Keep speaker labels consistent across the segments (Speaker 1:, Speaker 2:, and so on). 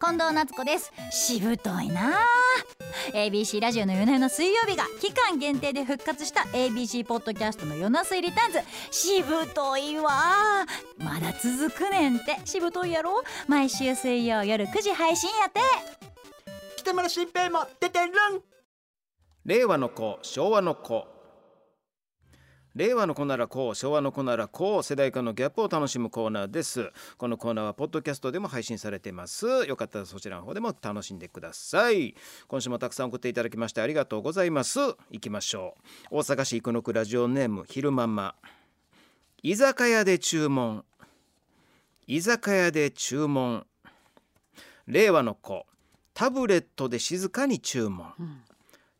Speaker 1: 近藤夏子ですしぶといなあ ABC ラジオの夜な夜な水曜日が期間限定で復活した ABC ポッドキャストの夜なすいリターンズしぶといわあまだ続くねんってしぶといやろ毎週水曜夜9時配信やって
Speaker 2: 北村新平も出てるん
Speaker 3: 令和の子昭和の子令和の子ならこう昭和の子ならこう世代間のギャップを楽しむコーナーですこのコーナーはポッドキャストでも配信されていますよかったらそちらの方でも楽しんでください今週もたくさん送っていただきましてありがとうございます行きましょう大阪市生野区ラジオネーム昼まんま居酒屋で注文居酒屋で注文令和の子タブレットで静かに注文、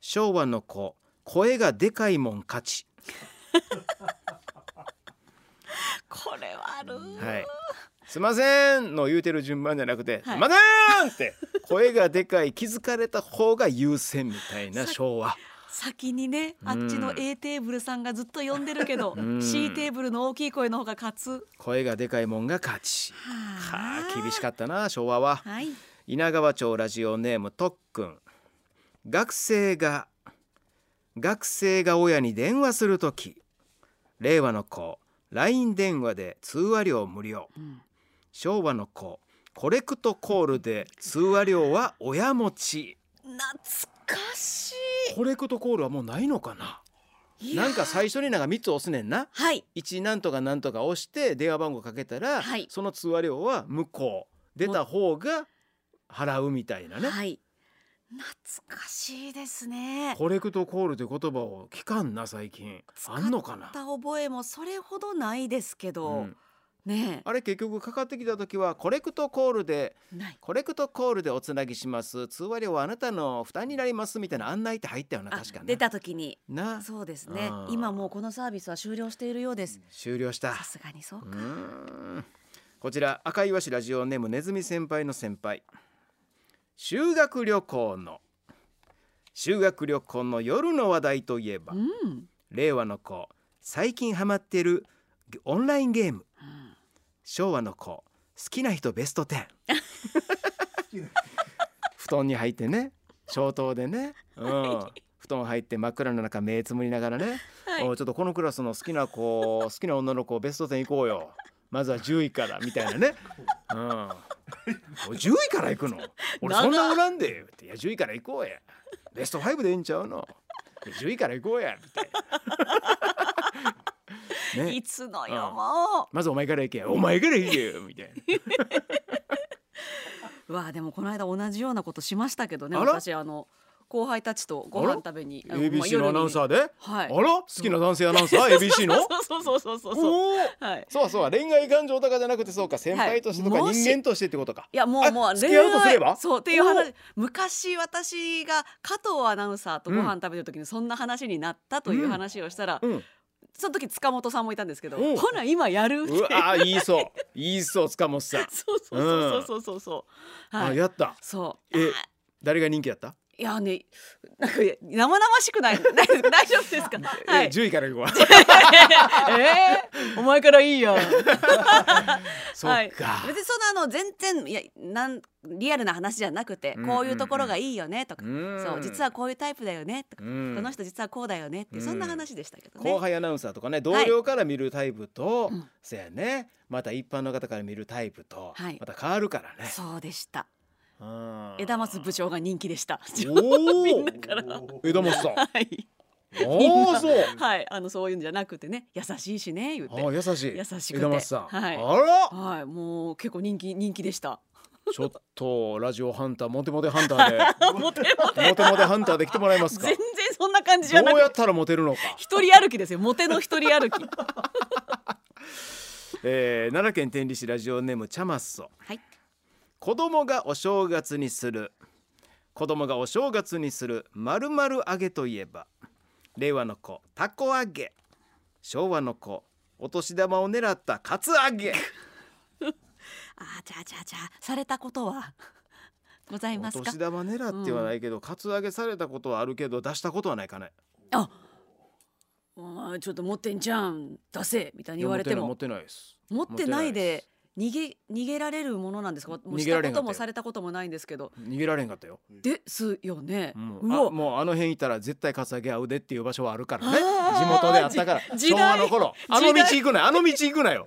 Speaker 3: 昭和の子声がでかいもん勝ち
Speaker 1: これはある
Speaker 3: はい。すいませんの言うてる順番じゃなくて、
Speaker 1: はい
Speaker 3: すいませんって声がでかい気づかれた方が優先みたいな昭和。
Speaker 1: 先にね
Speaker 3: んあっちの
Speaker 1: A テーブルさんがずっと呼んでるけど
Speaker 3: うん C テ
Speaker 1: ーブルの大きい声の方が勝つ
Speaker 3: 声がでかいもんが勝ち。はあ、厳しかったな昭和は。
Speaker 1: はい
Speaker 3: 稲川町ラジオネームとっくん。学生が学生が親に電話するとき、令和の子 LINE 電話で通話料無料。昭和の子コレクトコールで通話料は親持ち。
Speaker 1: 懐かし
Speaker 3: コレクトコールはもうないのかないなんか最初になんか3つ押すねんな
Speaker 1: はい
Speaker 3: 1なんとかなんとか押して電話番号かけたら、
Speaker 1: はい
Speaker 3: その通話料は向こう出た方が払うみたいなね、
Speaker 1: はい懐かしいですね
Speaker 3: コレクトコールという言葉を聞かんな最近あんのかな
Speaker 1: 使、った覚えもそれほどないですけ
Speaker 3: う
Speaker 1: ど、
Speaker 3: ん
Speaker 1: ね
Speaker 3: あれ結局かかってきた時はコレクトコールで
Speaker 1: えない
Speaker 3: コレクトコールでおつなぎします通話料はあなたの負担になりますみたいな案内って入ったよな
Speaker 1: あ
Speaker 3: 確かな
Speaker 1: 出た時に
Speaker 3: な
Speaker 1: そうですね
Speaker 3: あー
Speaker 1: 今もうこのサービスは終了しているようです
Speaker 3: 終了した
Speaker 1: さすがにそう
Speaker 3: う
Speaker 1: か、
Speaker 3: ーんこちら赤岩市ラジオネームネズミ先輩の先輩修学旅行の修学旅行の夜の話題といえば
Speaker 1: うんうん
Speaker 3: 令和の子最近ハマってるオンラインゲーム昭和の子好きな人ベスト10 布団に入ってね消灯でね、うん、布団入って真っ暗の中目つむりながらね
Speaker 1: はい
Speaker 3: おいちょっとこのクラスの好きな子 好きな女の子ベスト10行こうよまずは10位からみたいなね、うん、おい10位から行くの俺そんなおらんでよっていや10位から行こうやベスト5でええんちゃうのいや10位から行こうやみたいなね
Speaker 1: いつのよ
Speaker 3: うん
Speaker 1: も
Speaker 3: まずお前から行けお前から行けよみたいな
Speaker 1: うわあでもこの間同じようなことしましたけどね
Speaker 3: あら
Speaker 1: 私あの後輩たちとご
Speaker 3: あ
Speaker 1: 飯
Speaker 3: ら
Speaker 1: 食べにあのまあ
Speaker 3: ABC
Speaker 1: 夜
Speaker 3: の
Speaker 1: に
Speaker 3: アナウンサーで、
Speaker 1: はい
Speaker 3: あら好きな男性アナウンサー ABC の
Speaker 1: そうそうそうそうそう
Speaker 3: おー
Speaker 1: はい
Speaker 3: そうそう恋愛感情とかじゃなくてそうか先輩としてとか
Speaker 1: はい
Speaker 3: 人間としてってことか
Speaker 1: いやも
Speaker 3: あ
Speaker 1: うもう
Speaker 3: 付き合うとすれば
Speaker 1: そうっていう
Speaker 3: お
Speaker 1: 話昔私が加藤アナウンサーとご飯食べてる時にそんな話になったといううん話をしたら、
Speaker 3: うん
Speaker 1: その時塚本さんもいたんですけど、
Speaker 3: うん
Speaker 1: ほな今やるって
Speaker 3: うわー言いそう言いそう塚本さん、
Speaker 1: そうそうそうそうそうそう、
Speaker 3: あ
Speaker 1: はい
Speaker 3: やった
Speaker 1: そう
Speaker 3: え
Speaker 1: あ
Speaker 3: 誰が人気だった、
Speaker 1: いやねなんか生々しくない 大丈夫大丈夫です かはい
Speaker 3: え10位から行こう
Speaker 1: えー、お前からいいやん
Speaker 3: そうか、
Speaker 1: はい、別にそのあの全然いやなんリアルな話じゃなくて、
Speaker 3: うん
Speaker 1: こういうところがいいよねとか、
Speaker 3: うん
Speaker 1: そう実はこういうタイプだよねとか、
Speaker 3: うん
Speaker 1: この人実はこうだよねって、
Speaker 3: うん
Speaker 1: そんな話でしたけどね。
Speaker 3: 後輩アナウンサーとかね同僚から見るタイプと、そやねまた一般の方から見るタイプと、
Speaker 1: はい
Speaker 3: また変わるからね
Speaker 1: そうでした。
Speaker 3: うん
Speaker 1: 枝松部長が人気で した。
Speaker 3: おお
Speaker 1: みんなから。
Speaker 3: 枝松 さん
Speaker 1: はい。
Speaker 3: おおそう
Speaker 1: はい、あのそういうんじゃなくてね、優しいしね、言っ
Speaker 3: あ
Speaker 1: て。
Speaker 3: ー優しい
Speaker 1: 優しくて
Speaker 3: 枝松さん、
Speaker 1: はい
Speaker 3: あら
Speaker 1: はい、もう結構人気人気でした。
Speaker 3: ちょっとラジオハンターモテモテハンターで
Speaker 1: モテモテ。
Speaker 3: モテモテハンターで来てもらえますか
Speaker 1: 全然そんな感じじゃな
Speaker 3: どう
Speaker 1: く
Speaker 3: や
Speaker 1: て。
Speaker 3: ったらモテるのか
Speaker 1: 一人歩きですよ。モテの一人 歩き。
Speaker 3: えー、奈良県天理市ラジオネームチャマッソ
Speaker 1: はい。
Speaker 3: 子供がお正月にする子供がお正月にするまるまる揚げといえば令和の子たこ揚げ昭和の子お年玉を狙ったカツ揚げ
Speaker 1: あー、じゃあじゃあじゃあされたこと はござい
Speaker 3: お
Speaker 1: ますか
Speaker 3: 年。玉狙ってはないけど、カツ揚げされたことはあるけど出したことはないかね
Speaker 1: あ、お前ちょっと持ってんじゃん出せみたいに言われて
Speaker 3: いや
Speaker 1: も
Speaker 3: 持ってない持っ
Speaker 1: 持って
Speaker 3: てないです
Speaker 1: ないで
Speaker 4: 逃げ逃げられるものなんですか。もう
Speaker 3: 逃
Speaker 4: し
Speaker 3: げら
Speaker 4: た
Speaker 3: れんかっ
Speaker 4: こ
Speaker 3: たよ
Speaker 4: ともされたこともないんですけど。
Speaker 3: 逃げられんかったよ、
Speaker 4: ですよね。
Speaker 3: も
Speaker 4: う
Speaker 3: うあ
Speaker 4: わ。
Speaker 3: もうあの辺いたら絶対かさげ合うでっていう場所はあるからね
Speaker 4: あー
Speaker 3: 地元であったから
Speaker 4: じ時
Speaker 3: 昭和
Speaker 4: 代
Speaker 3: の頃あの道行くなよあの道行くなよ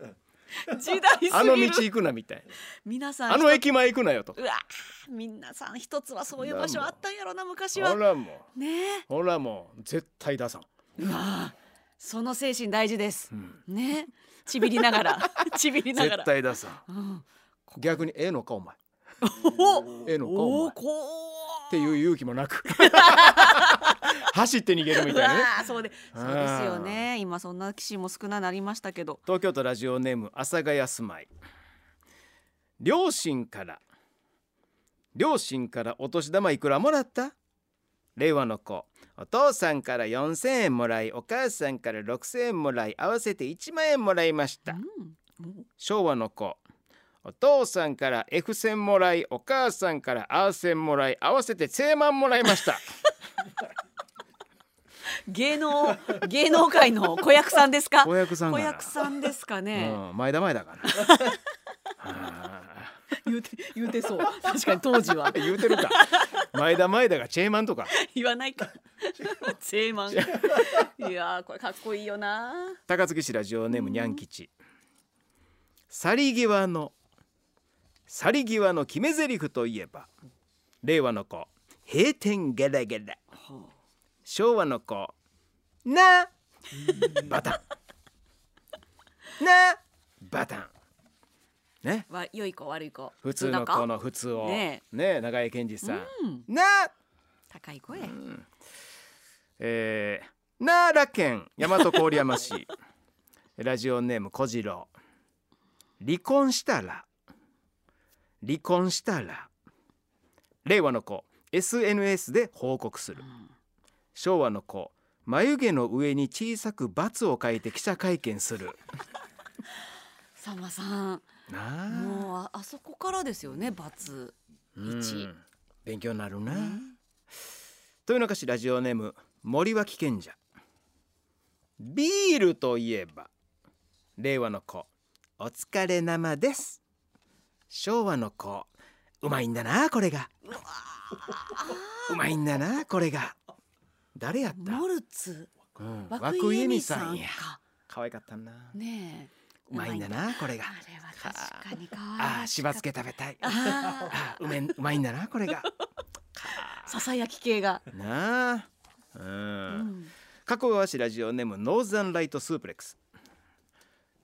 Speaker 4: 時代すぎる。
Speaker 3: あの道行くなみたい
Speaker 4: 皆さん。
Speaker 3: なあの。駅前行くなよと
Speaker 4: うわ。皆さん一つはそういう場所あったんやろな昔
Speaker 3: ほ
Speaker 4: は。
Speaker 3: らもう
Speaker 4: ねえ。
Speaker 3: ほらもう絶対出さん、
Speaker 4: うわ。その精神大事です
Speaker 3: う。ん
Speaker 4: ね。ちびりながら。 ちびりなが
Speaker 3: 絶
Speaker 4: ら。
Speaker 3: 対出さん
Speaker 4: うん。
Speaker 3: 逆にええのかお前
Speaker 4: お。
Speaker 3: ええのかお
Speaker 4: お
Speaker 3: 前
Speaker 4: お。
Speaker 3: っ
Speaker 4: こう。
Speaker 3: ていう勇気もな く走って逃げるみ
Speaker 4: う
Speaker 3: たい
Speaker 4: わ
Speaker 3: なね
Speaker 4: ーそうでそうですよね今そんな騎士も少ななりましたけど
Speaker 3: 東京都ラジオネーム阿佐ヶ谷住まい両親から両親からお年玉いくらもらった令和の子お父さんから4,000円もらいお母さんから6,000円もらい合わせて1万円もらいました
Speaker 4: うん
Speaker 3: 昭和の子お父さんから F 線もらいお母さんから R 線もらい合わせて1万もらいま した
Speaker 4: 芸能 芸能界の子役さんですか
Speaker 3: 子役さん
Speaker 4: 子
Speaker 3: かな
Speaker 4: 役さんですかね、
Speaker 3: うん、前田前だ から
Speaker 4: 言うて言うてそう確かに当時は
Speaker 3: 言うてるか前田前田がチェーマンとか
Speaker 4: 言わ ないかチェーマンいやーこれかっこいいよな
Speaker 3: 高槻市ラジオネームにゃん吉去り際の去り際の決め台詞といえば令和の子閉店ガラガラ昭和の子なバタンなバタンね
Speaker 4: わ良い子悪い子
Speaker 3: 普通の
Speaker 4: 子
Speaker 3: 子の普通をね
Speaker 4: ね
Speaker 3: 長江健二さん、
Speaker 4: うん
Speaker 3: な
Speaker 4: 高い声、
Speaker 3: えー、奈良県大和郡山市 ラジオネーム小次郎離婚したら離婚したら令和の子 SNS で報告する昭和の子眉毛の上に小さく×を書いて記者会見する
Speaker 4: さんまさん
Speaker 3: なあ
Speaker 4: もうああそこからですよね罰一
Speaker 3: うん勉強になるな、豊中市ラジオネーム森脇健者ビールといえば令和の子お疲れ生です昭和の子うまいんだなこれがうまいんだなこれが誰やった
Speaker 4: モルツ
Speaker 3: うん
Speaker 4: 和
Speaker 3: 涌
Speaker 4: 久井
Speaker 3: 井恵
Speaker 4: 恵
Speaker 3: 美
Speaker 4: 美
Speaker 3: さ
Speaker 4: さ
Speaker 3: ん
Speaker 4: ん
Speaker 3: や
Speaker 4: か
Speaker 3: 可愛かったな
Speaker 4: ねえ
Speaker 3: うまいんだなこれが
Speaker 4: あれは確かに可愛い
Speaker 3: ああしば漬け食べたいあ
Speaker 4: ああ
Speaker 3: あうめんうまいんだなこれが
Speaker 4: ささやき系が、
Speaker 3: なあ
Speaker 4: う
Speaker 3: うん
Speaker 4: ん、
Speaker 3: 加古川市ラジオネームノーザンライトスープレックス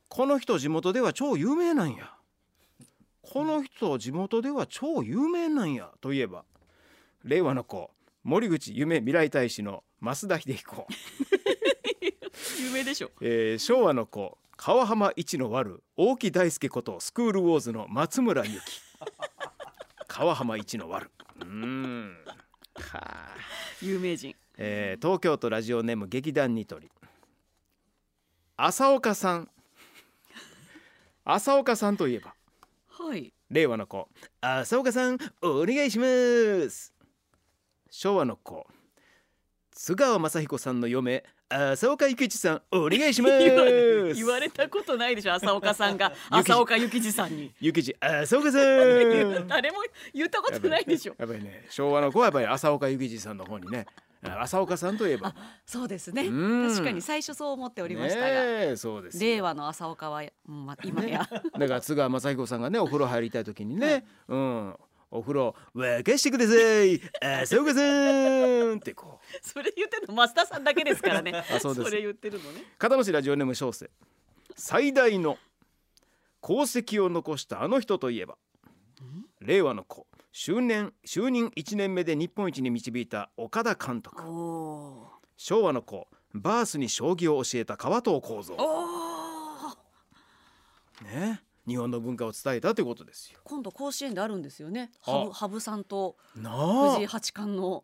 Speaker 3: この人地元では超有名なんやこの人地元では超有名なんやといえば令和の子森口夢未来大使の増田秀彦、
Speaker 4: 有名でしょ
Speaker 3: えー昭和の子川浜一の悪大木大輔ことスクールウォーズの松村ゆき川浜一の悪うーんはあ
Speaker 4: 有名人
Speaker 3: えー東京都ラジオネーム劇団ニトリ浅岡さん浅岡さんといえば
Speaker 4: はい
Speaker 3: 令和の子浅岡さんお願いします昭和の子津川雅彦さんの嫁浅岡幸一さんお願いします
Speaker 4: 言われ言われたことないでしょ浅岡さん
Speaker 3: ゆ
Speaker 4: が
Speaker 3: きじ
Speaker 4: 浅岡幸二さんに
Speaker 3: 幸一浅岡さん
Speaker 4: 誰も言ったことないでしょ
Speaker 3: やっぱりね昭和の子はやっぱり浅岡幸一さんの方にね浅岡さんといえば
Speaker 4: そうですね
Speaker 3: うん
Speaker 4: 確かに最初そう思っておりましたが、
Speaker 3: ねえそうですよ
Speaker 4: 令和の浅岡は、うんま、今や
Speaker 3: だから津川雅彦さんがねお風呂入りたい時にね、うん、お風呂沸かしてください浅岡さんってこう
Speaker 4: それ言ってるの増田さんだけですからね
Speaker 3: あそうです
Speaker 4: れ言ってるのね
Speaker 3: 片野市ラジオネーム小生最大の功績を残したあの人といえば令和の子就任就任1年目で日本一に導いた岡田監督
Speaker 4: おお
Speaker 3: 昭和の子バースに将棋を教えた川藤幸三
Speaker 4: ーおー
Speaker 3: ね日本の文化を伝えたということですよ。
Speaker 4: 今度甲子園であるんですよね
Speaker 3: あ
Speaker 4: 羽生羽生さんと
Speaker 3: な
Speaker 4: 藤井八冠の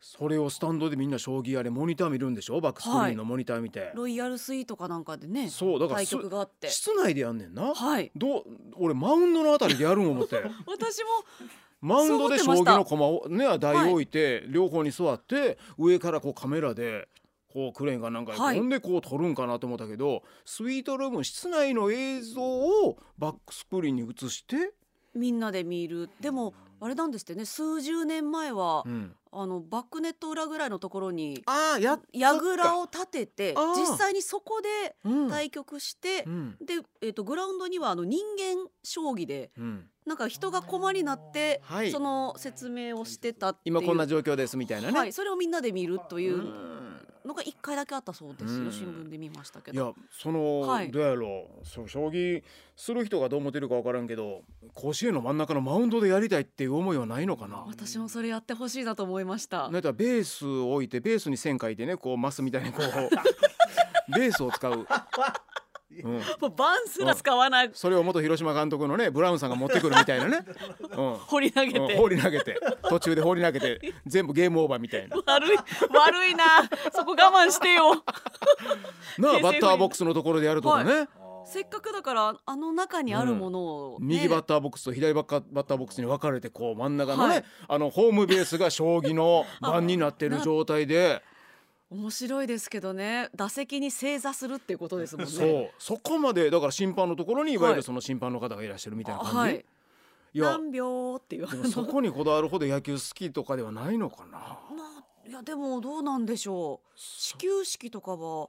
Speaker 3: それをスタンドでみんな将棋やれモニター見るんでしょバックスクリーンのモニター見て、
Speaker 4: ロイヤルスイートかなんかでね
Speaker 3: そうだから
Speaker 4: 対局があって
Speaker 3: 室内でやんねんな、
Speaker 4: はい
Speaker 3: どう俺マウンドのあたりでやるん思って
Speaker 4: 私も
Speaker 3: マウンドで将
Speaker 4: そう思って
Speaker 3: 棋
Speaker 4: ました
Speaker 3: の駒をね台を置いて、両方に座って上からこうカメラでこうクレーンがなんか
Speaker 4: は
Speaker 3: ないんでこう撮るんかなと思ったけど、スイートルーム室内の映像をバックスクリーンに映して、
Speaker 4: みんなで見るでもあれなんですってね数十年前は、
Speaker 3: うん、
Speaker 4: あのバックネット裏ぐらいのところに
Speaker 3: ああやっ
Speaker 4: 櫓を立てて
Speaker 3: あー
Speaker 4: 実際にそこで
Speaker 3: うん
Speaker 4: 対局して
Speaker 3: う、ん
Speaker 4: で、えー、とグラウンドにはあの人間将棋で
Speaker 3: うん、
Speaker 4: なんか人が駒になって、
Speaker 3: はい
Speaker 4: その説明をしてたっていう
Speaker 3: 今こんな状況ですみたいなね。
Speaker 4: はい、それをみんなで見るといううんのが一回だけあったそうです
Speaker 3: う
Speaker 4: よ
Speaker 3: ん
Speaker 4: 新聞で見ましたけ
Speaker 3: い
Speaker 4: ど
Speaker 3: やその、
Speaker 4: はい
Speaker 3: どうやろうそう将棋する人がどう思ってるか分からんけど甲子園の真ん中のマウンドでやりたいっていう思いはないのかな
Speaker 4: 私もそれやってほしいなと思いました
Speaker 3: なんかベースを置いてベースに線書いてねこうマスみたいにこう ベースを使う、うん、
Speaker 4: もうバンすら使わない
Speaker 3: それを元広島監督のねブラウンさんが持ってくるみたい なね、うん
Speaker 4: 掘り投げ
Speaker 3: うん
Speaker 4: て
Speaker 3: 放り投げて途中で放り投げて全部ゲームオーバーみたいな
Speaker 4: 悪い悪いなそこ我慢してよ
Speaker 3: なあ
Speaker 4: 平成
Speaker 3: バッターボックスのところでやるとかね、
Speaker 4: せっかくだからあの中にあるものを、ね
Speaker 3: 右バッターボックスと左バッカバッターボックスに分かれてこう真ん中のね、
Speaker 4: はい
Speaker 3: あのホームベースが将棋の盤になってる状態で
Speaker 4: 面白いですけどね打席に正座するっていうことですもんね
Speaker 3: そうそこまでだから審判のところにいわゆ
Speaker 4: は
Speaker 3: る
Speaker 4: い
Speaker 3: その審判の方がいらっしゃるみたいな感じ、、
Speaker 4: はいい
Speaker 3: や
Speaker 4: 何秒っていう
Speaker 3: でもそこにこだわるほど野球好きとかではないのかな。
Speaker 4: ま あいやでもどうなんでしょう始球式とかは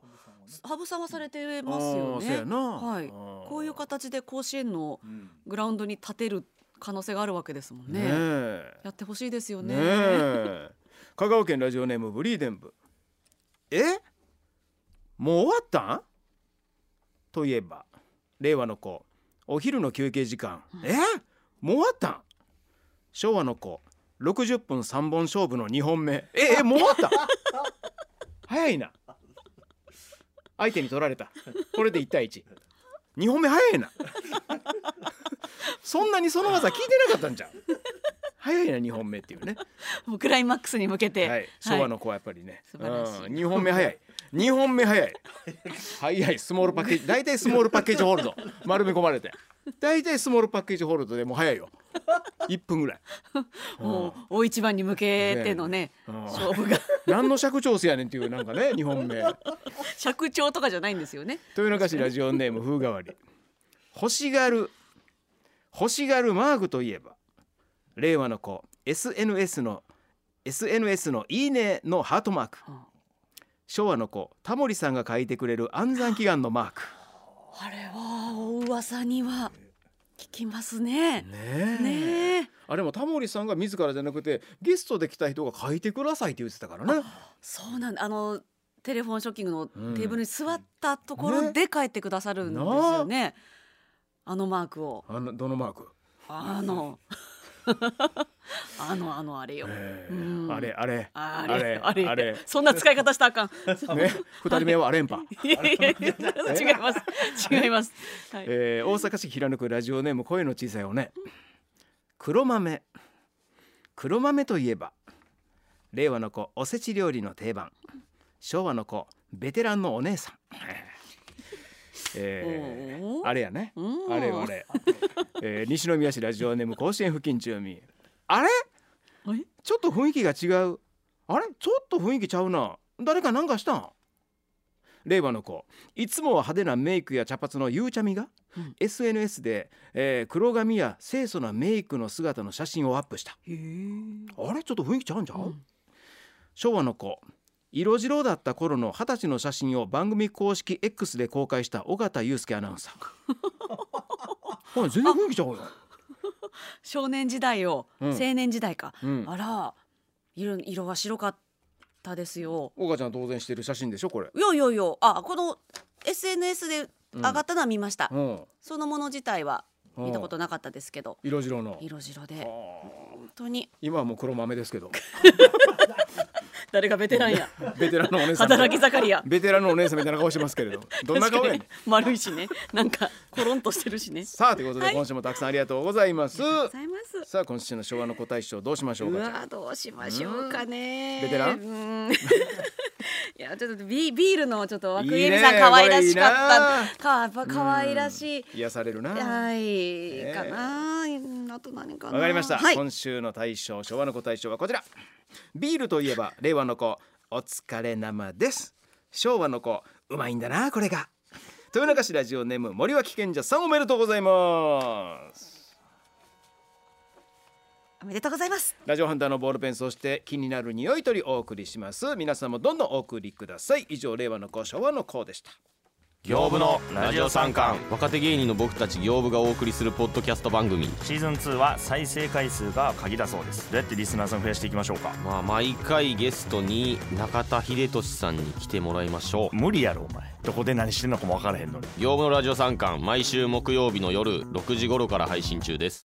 Speaker 4: 羽生さんはされてますよ
Speaker 3: あーそう
Speaker 4: ね
Speaker 3: やな
Speaker 4: はい
Speaker 3: あー
Speaker 4: こういう形で甲子園の
Speaker 2: うん
Speaker 4: グラウンドに立てる可能性があるわけですもんね
Speaker 3: ねえ
Speaker 4: やってほしいですよね
Speaker 3: ねえ香川県ラジオネームブリーデンブえもう終わったんといえば令和の子お昼の休憩時間えもう終わったん昭和の子60分3本勝負の2本目ええもう終わった早いな相手に取られたこれで1対12本目早いなそんなにその技聞いてなかったんじゃん早いな2本目っていうね
Speaker 4: もうクライマックスに向けて、
Speaker 3: はい、昭和の子はやっぱりね、
Speaker 4: 素晴らしい
Speaker 3: うん、2本目早い2本目早い早いスモールパッケージ大体スモールパッケージホールド丸め込まれて大体スモールパッケージホールドでもう早いよ1分ぐらい、
Speaker 4: もう大一番に向けてのね
Speaker 3: うん
Speaker 4: 勝負が
Speaker 3: 何の尺調整やねんっていうなんかね2本目
Speaker 4: 尺調とかじゃないんですよね
Speaker 3: 豊中市ラジオネーム風変わり欲しがる欲しがるマークといえば令和の子 SNS の SNS のいいねのハートマーク
Speaker 4: うん
Speaker 3: 昭和の子タモリさんが書いてくれる安産祈願のマーク
Speaker 4: あれはお噂には聞きますね
Speaker 3: ね
Speaker 4: ね
Speaker 3: え
Speaker 4: え
Speaker 3: あれもタモリさんが自らじゃなくてゲストで来た人が書いてくださいって言ってたからね
Speaker 4: そうなんだあのテレフォンショッキングのテーブルに座ったとこ
Speaker 3: ね
Speaker 4: ろで帰ってくださるんですよね。あのマークを
Speaker 3: あのどのマーク、
Speaker 4: あの あのあのあれよ。
Speaker 3: え
Speaker 4: うん
Speaker 3: ー、あれあれあ
Speaker 4: あれあ
Speaker 3: れ
Speaker 4: れ
Speaker 3: あれ
Speaker 4: そんな使い方したらあかん。 そう
Speaker 3: ね二人目はアレンパ
Speaker 4: いやいやいや違います違います。はい
Speaker 3: えー大阪市平野区ラジオネーム声の小さいおね黒豆黒豆といえば令和の子おせち料理の定番昭和の子ベテランのお姉さん、 えー
Speaker 4: おー
Speaker 3: あれやね
Speaker 4: うん
Speaker 3: あれはあれ、えー西宮市ラジオネーム甲子園付近住民あれ
Speaker 4: え
Speaker 3: ちょっと雰囲気が違うあれちょっと雰囲気ちゃうな誰かなんかしたん令和の子いつもは派手なメイクや茶髪のゆうちゃみが、SNS で、えー黒髪や清楚なメイクの姿の写真をアップした
Speaker 4: へー
Speaker 3: あれちょっと雰囲気ちゃうんちゃう、
Speaker 4: うん
Speaker 3: 昭和の子色白だった頃の二十歳の写真を番組公式 X で公開した尾形祐介アナウンサ ーあ全然雰囲気ちゃうよ、
Speaker 4: 少年時代を
Speaker 3: うん
Speaker 4: 青年時代か。
Speaker 3: うん、
Speaker 4: あら色色が白かったですよ。
Speaker 3: 尾形ちゃん当然してる写真でしょこれ、
Speaker 4: いやいやいやあこの SNS で上がったのは見ました、
Speaker 3: うん、
Speaker 4: そのもの自体は
Speaker 3: うん
Speaker 4: 見たことなかったですけど、
Speaker 3: 色白の
Speaker 4: 色白で本当に
Speaker 3: 今はもう黒豆ですけど
Speaker 4: 誰がベテラ ンや
Speaker 3: ベテランのお姉さん
Speaker 4: 働き盛りや
Speaker 3: ベテランのお姉さんみたいな顔してますけれどどんな顔やねん
Speaker 4: 確かに丸いしねなんかコロンとしてるしね
Speaker 3: さあということで
Speaker 4: はい
Speaker 3: 今週もたくさんありがとうございます、
Speaker 4: ございます
Speaker 3: さあ今週の昭和の子大賞どうしましょ
Speaker 4: う
Speaker 3: うか
Speaker 4: わどうしましょうかね
Speaker 3: ベテラン
Speaker 4: うーん いやちょっとビビールのちょっと涌
Speaker 3: いい
Speaker 4: 井
Speaker 3: ね
Speaker 4: 美さん可愛らしかっ
Speaker 3: これい
Speaker 4: たかやっぱ可愛らしい
Speaker 3: 癒されるなわ
Speaker 4: はい、
Speaker 3: え
Speaker 4: かな、うんあと何かな
Speaker 3: かりました、
Speaker 4: はい
Speaker 3: 今週の大賞昭和の子大賞はこちらビールといえば令和の子お疲れ生です昭和の子うまいんだなこれが豊中市ラジオネーム森脇健者さんおめでとうございます
Speaker 4: おめでとうございます
Speaker 3: ラジオハンターのボールペンそして気になる匂い取りお送りします皆さんもどんどんお送りください以上令和の子昭和の子でした
Speaker 5: 行部のラジオ三冠
Speaker 6: 若手芸人の僕たち行部がお送りするポッドキャスト番組
Speaker 5: シーズン2は再生回数が鍵だそうですどうやってリスナーさん増やしていきましょうか
Speaker 6: まあ毎回ゲストに中田秀俊さんに来てもらいましょう
Speaker 5: 無理やろお前どこで何してんのかも分からへんのに
Speaker 6: 行部のラジオ三冠毎週木曜日の夜6時頃から配信中です